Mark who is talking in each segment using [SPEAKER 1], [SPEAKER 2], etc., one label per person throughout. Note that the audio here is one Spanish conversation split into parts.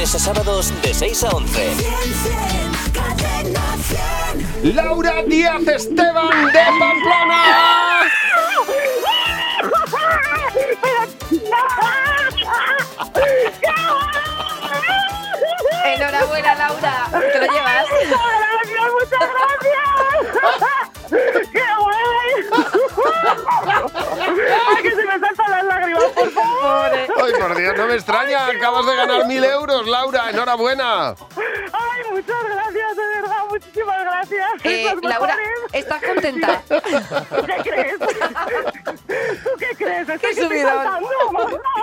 [SPEAKER 1] a sábados de 6 a 11.
[SPEAKER 2] Laura Díaz Esteban de Pamplona.
[SPEAKER 3] Enhorabuena, Laura. Te lo llevas.
[SPEAKER 4] ¡Muchas gracias! ¡Qué bueno! ¡Ay, que se me saltan las lágrimas, por favor!
[SPEAKER 2] Ay, por Dios, no me extraña. Acabas de ganar mil euros, Laura. Enhorabuena.
[SPEAKER 4] ¡Ay, muchas gracias, de verdad! ¡Muchísimas gracias!
[SPEAKER 3] Eh,
[SPEAKER 4] Sois los
[SPEAKER 3] Laura,
[SPEAKER 4] mejores.
[SPEAKER 3] ¿estás contenta?
[SPEAKER 4] ¿Tú qué crees? ¿Tú qué crees? ¿Estás
[SPEAKER 3] subidón.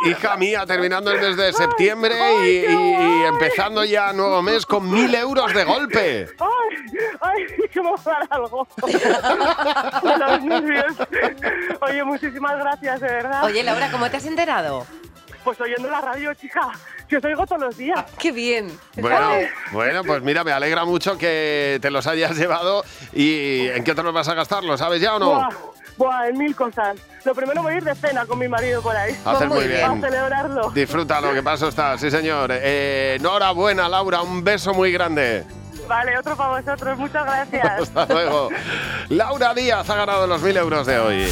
[SPEAKER 2] Hija mía, terminando el mes de septiembre y,
[SPEAKER 4] ay, qué
[SPEAKER 2] y- y
[SPEAKER 4] guay.
[SPEAKER 2] empezando ya nuevo mes con mil euros de golpe.
[SPEAKER 4] Ay, ay, que me va a dar algo. De los nervios. Oye, muchísimas gracias, de verdad.
[SPEAKER 3] Oye, Laura, ¿cómo te has enterado?
[SPEAKER 4] Pues oyendo la radio, chica, que os oigo todos los días.
[SPEAKER 3] Qué bien.
[SPEAKER 2] Bueno,
[SPEAKER 3] Fíjate.
[SPEAKER 2] bueno, pues mira, me alegra mucho que te los hayas llevado. ¿Y en qué te los vas a gastar? ¿Lo sabes ya o no?
[SPEAKER 4] Buah, buah, en mil cosas. Lo primero voy a ir de cena con mi marido por ahí.
[SPEAKER 2] Haces
[SPEAKER 3] pues muy
[SPEAKER 2] muy
[SPEAKER 3] bien.
[SPEAKER 2] bien.
[SPEAKER 4] A celebrarlo.
[SPEAKER 2] Disfrútalo, que paso está, sí señor. Eh, enhorabuena, Laura, un beso muy grande.
[SPEAKER 4] Vale, otro para vosotros. Muchas gracias.
[SPEAKER 2] Hasta luego. Laura Díaz ha ganado los mil euros de hoy.